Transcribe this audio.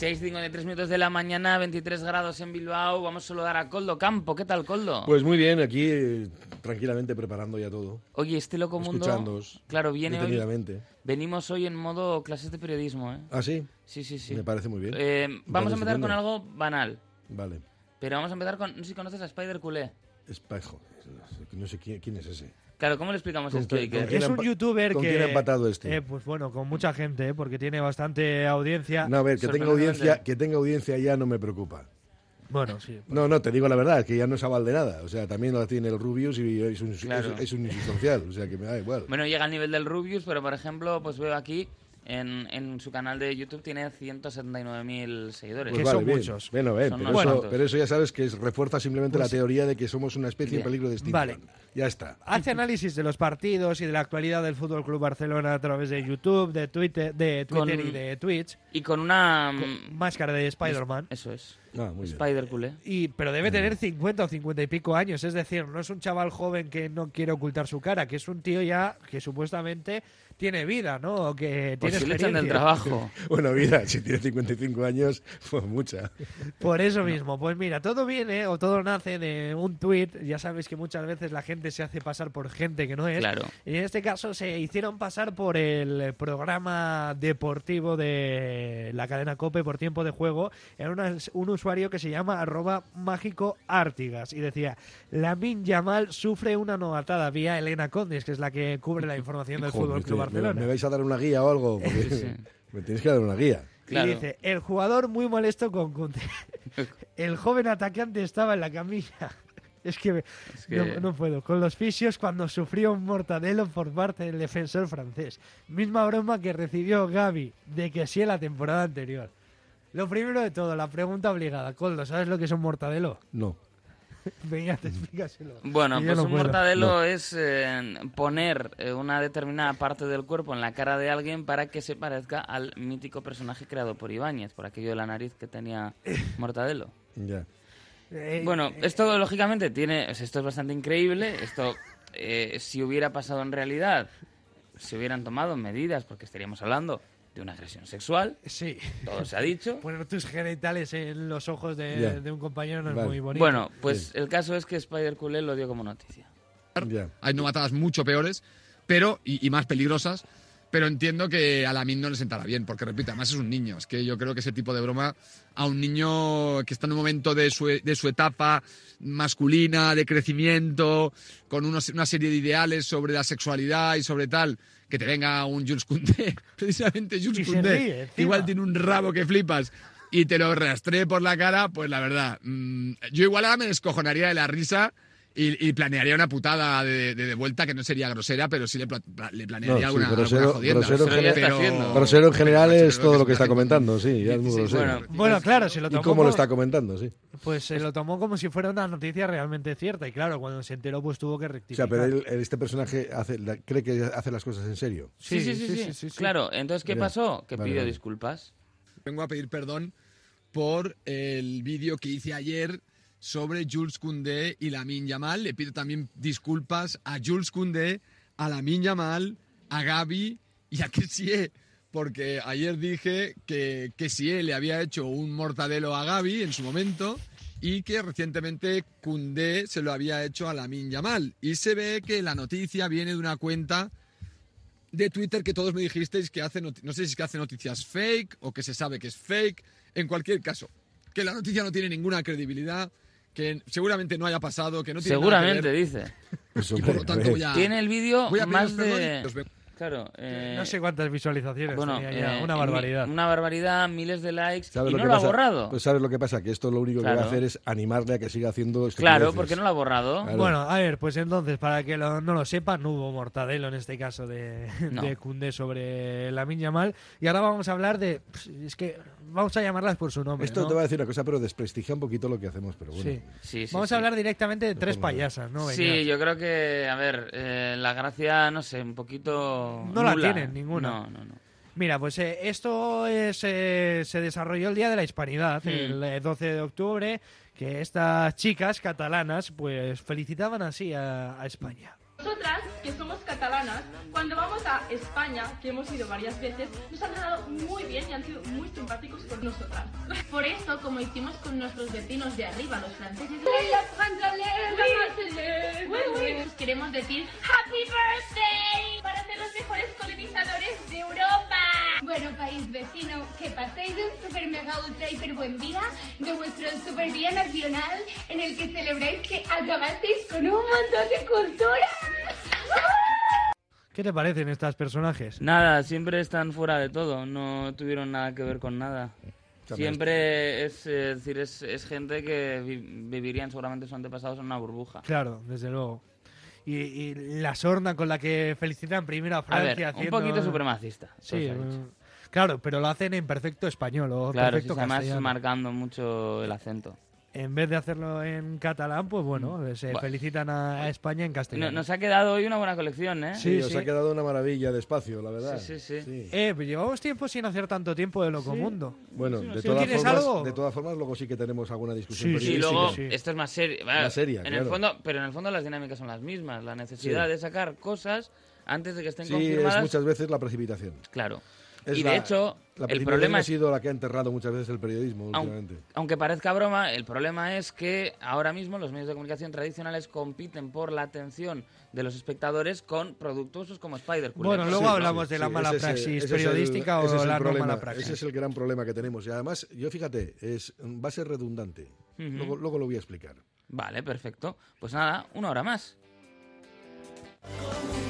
6.53 minutos de la mañana, 23 grados en Bilbao. Vamos a saludar a Coldo Campo. ¿Qué tal, Coldo? Pues muy bien, aquí eh, tranquilamente preparando ya todo. Oye, este loco mundo. Escuchándoos Claro, viene hoy. detenidamente. Venimos hoy en modo clases de periodismo, ¿eh? ¿Ah, sí? Sí, sí, sí. Me parece muy bien. Eh, vamos a empezar estupendo. con algo banal. Vale. Pero vamos a empezar con. No sé si conoces a Spider Culé. Espejo. No sé quién, quién es ese. Claro, ¿cómo le explicamos ¿Con esto? qué- Iker? con quién ha Es un empa- youtuber ¿Con que... quién ha empatado este? eh, pues bueno, con mucha gente, eh, porque tiene bastante audiencia. no, a ver, que tenga, sorprendente. audiencia, que tenga audiencia ya no me preocupa. Bueno, sí. No, no, te digo la verdad, que ya no es aval de nada. O sea, también la tiene el Rubius y es un, Claro. es, es un insustancial. O sea, que me da igual. Bueno, llega al nivel del Rubius, pero por ejemplo, pues veo aquí en, en su canal de YouTube tiene 179.000 seguidores. que son Pues bien. muchos. Bueno, bien, Son pero, unos eso, cuantos. pero eso ya sabes que es- refuerza simplemente la Pues- teoría de que somos una especie en Bien. peligro de extinción. Vale. Ya está. Hace análisis de los partidos y de la actualidad del Fútbol Club Barcelona a través de YouTube, de Twitter, de Twitter Con- y de Twitch. Y con una... mm, Máscara de Spider-Man. Eso es. Ah, muy bien. Spider culé. Y, pero debe tener 50 o 50 y pico años, es decir, no es un chaval joven que no quiere ocultar su cara, que es un tío ya que supuestamente tiene vida, ¿no? O que Pues tiene si le echan experiencia. del trabajo. Bueno, mira, si tiene 55 años, pues mucha. Por eso mismo, pues mira, todo viene o todo nace de un tuit, ya sabéis que muchas veces la gente se hace pasar por gente que no es. Claro. Y en este caso se hicieron pasar por el programa deportivo de la cadena Cope por tiempo de juego en una- un usuario que se llama arroba mágico Artigas y decía, la Yamal sufre una novatada vía Elena Condis, que es la que cubre la información del Joder, Fútbol Club estoy- me, Barcelona. me vais a dar una guía o algo? Porque Sí, sí. Me tenéis que dar una guía. Claro. Y dice, el jugador muy molesto con Kunde. El joven atacante estaba en la camilla. Es que, me- que- No, no puedo. Con los fisios cuando sufrió un mortadelo por parte del defensor francés. Misma broma que recibió Gaby de que sí en la temporada anterior. Lo primero de todo, la pregunta obligada. Coldo, ¿sabes lo que es un mortadelo? No. Venga, te explícaselo. Bueno, Que yo pues no un puedo. mortadelo es eh, poner eh, una determinada parte del cuerpo en la cara de alguien para que se parezca al mítico personaje creado por Ibáñez, por aquello de la nariz que tenía Mortadelo. Ya. Eh, Bueno, esto lógicamente tiene, o sea, esto es bastante increíble. Esto, eh, si hubiera pasado en realidad, se hubieran tomado medidas porque estaríamos hablando de una agresión sexual. Sí. Todo se ha dicho. Poner tus genitales en los ojos de, Ya. de un compañero no es Vale. muy bonito. Bueno, pues el caso es que Spider Culé lo dio como noticia. ya. Hay novatadas mucho peores, pero y, y más peligrosas. Pero entiendo que a Lamin no le sentará bien, porque repito, además es un niño. Es que yo creo que ese tipo de broma a un niño que está en un momento de su, de su etapa masculina, de crecimiento, con unos- una serie de ideales sobre la sexualidad y sobre tal, que te venga un Jules Koundé, precisamente Y Jules se Koundé, ríe, encima. igual tiene un rabo que flipas y te lo rastré por la cara, pues la verdad, mm, yo igual ahora me descojonaría de la risa. Y, y planearía una putada de, de, de vuelta que no sería grosera, pero sí le, pla- pla- le planearía No, sí, alguna, grosero- alguna jodienda. grosero en Grosero ya está general- haciendo. Grosero en general pero es yo creo todo lo es que está una- comentando, sí, ya es muy 16, grosero. bueno. Bueno, claro, se lo ¿Y tomó cómo como- lo está comentando? Sí. Pues se lo tomó como si fuera una noticia realmente cierta y claro, cuando se enteró pues tuvo que O sea, rectificar. pero él- él- este personaje hace, la- cree que hace las cosas en serio. Sí, sí, sí, sí. sí, sí. Claro, entonces, ¿qué Mira, pasó? Que vale, pidió vale. disculpas. Vengo a pedir perdón por el vídeo que hice ayer sobre Jules Koundé y Lamin Yamal. Le pido también disculpas a Jules Koundé, a Lamin Yamal, a Gaby y a Kessie. Porque ayer dije que Kessie le había hecho un mortadelo a Gaby en su momento y que recientemente Koundé se lo había hecho a Lamin Yamal. Y se ve que la noticia viene de una cuenta de Twitter que todos me dijisteis que hace, noti- no sé si es que hace noticias fake o que se sabe que es fake. En cualquier caso, que la noticia no tiene ninguna credibilidad, que seguramente no haya pasado, que no tiene nada Seguramente, que ver, dice. Pues, y hombre, por lo a tanto ver, voy a, Tiene el vídeo voy a más pediros perdón y os de... veo. Claro, eh, No sé cuántas visualizaciones bueno, tenía ya, eh, una mi- barbaridad. Una barbaridad, miles de likes. ¿sabes y lo no que lo ha pasa? borrado. Pues sabes lo que pasa, que esto lo único que va Claro. a hacer es animarle a que siga haciendo esto. Claro, porque no lo ha borrado. Claro. Bueno, a ver, pues entonces, para que lo- no lo sepan, no hubo mortadelo en este caso de, No. de Cundé sobre la Minya Mal. Y ahora vamos a hablar de. pues, Es que vamos a llamarlas por su nombre. Esto ¿no? te va a decir una cosa, pero desprestigia un poquito lo que hacemos, pero bueno. Sí. Sí, sí, Vamos sí. a hablar directamente de tres no. payasas, ¿no? Sí, Venga. yo creo que, a ver, eh, la gracia, no sé, un poquito. No la nula. tienen, ninguna. No, no, no. Mira, pues eh, esto es, eh, se desarrolló el Día de la Hispanidad, el eh, 12 de octubre, que estas chicas catalanas pues felicitaban así a, a España. Nosotras, que somos catalanas, cuando vamos a España, que hemos ido varias veces, nos han tratado muy bien y han sido muy simpáticos con nosotras. Por eso, como hicimos con nuestros vecinos de arriba, los franceses, pues queremos decir ¡Happy Birthday! Para ser los mejores colonizadores de Europa. Bueno, país vecino, que paséis un super mega ultra hiper buen día de vuestro super día nacional en el que celebráis que acabasteis con un montón de cultura. ¿Qué te parecen estos personajes? Nada, siempre están fuera de todo, no tuvieron nada que ver con nada. También Siempre es, eh, decir, es, es gente que vi- vivirían seguramente sus antepasados en una burbuja. Claro, desde luego. Y, y la sorna con la que felicitan primero a A Francia. ver, un haciendo- poquito supremacista. Sí, pues, ha dicho. eh, claro, pero lo hacen en perfecto español o claro, sí, perfecto además castellano. marcando mucho el acento. En vez de hacerlo en catalán, pues bueno, se Bueno. felicitan a, a España Mm, en No- castellano. nos ha quedado hoy una buena colección, ¿eh? Sí, Sí, os sí. ha quedado una maravilla de espacio, la verdad. Sí, sí, sí. Eh, pero llevamos tiempo sin hacer tanto tiempo de Locomundo. Bueno, de, ¿Tú todas tienes algo? formas, de todas formas, luego sí que tenemos alguna discusión. Sí, Y periodística. luego, sí. esto es más serio. Más seria, en el claro. fondo, pero en el fondo las dinámicas son las mismas. La necesidad Sí. de sacar cosas antes de que estén Sí, es confirmadas. muchas veces la precipitación. Claro. Es y la- de hecho, la el precipitación problema ha es sido la que ha enterrado muchas veces el periodismo Aun- últimamente. Aunque parezca broma, el problema es que ahora mismo los medios de comunicación tradicionales compiten por la atención de los espectadores con productos pues, como spider Bueno, luego hablamos de la mala ese es el- praxis ese es el- periodística ese es o el la no problema, mala praxis. Ese es el gran problema que tenemos. Y además, yo fíjate, es, va a ser redundante. luego, luego lo voy a explicar. Vale, perfecto. Pues nada, una hora más. Contigo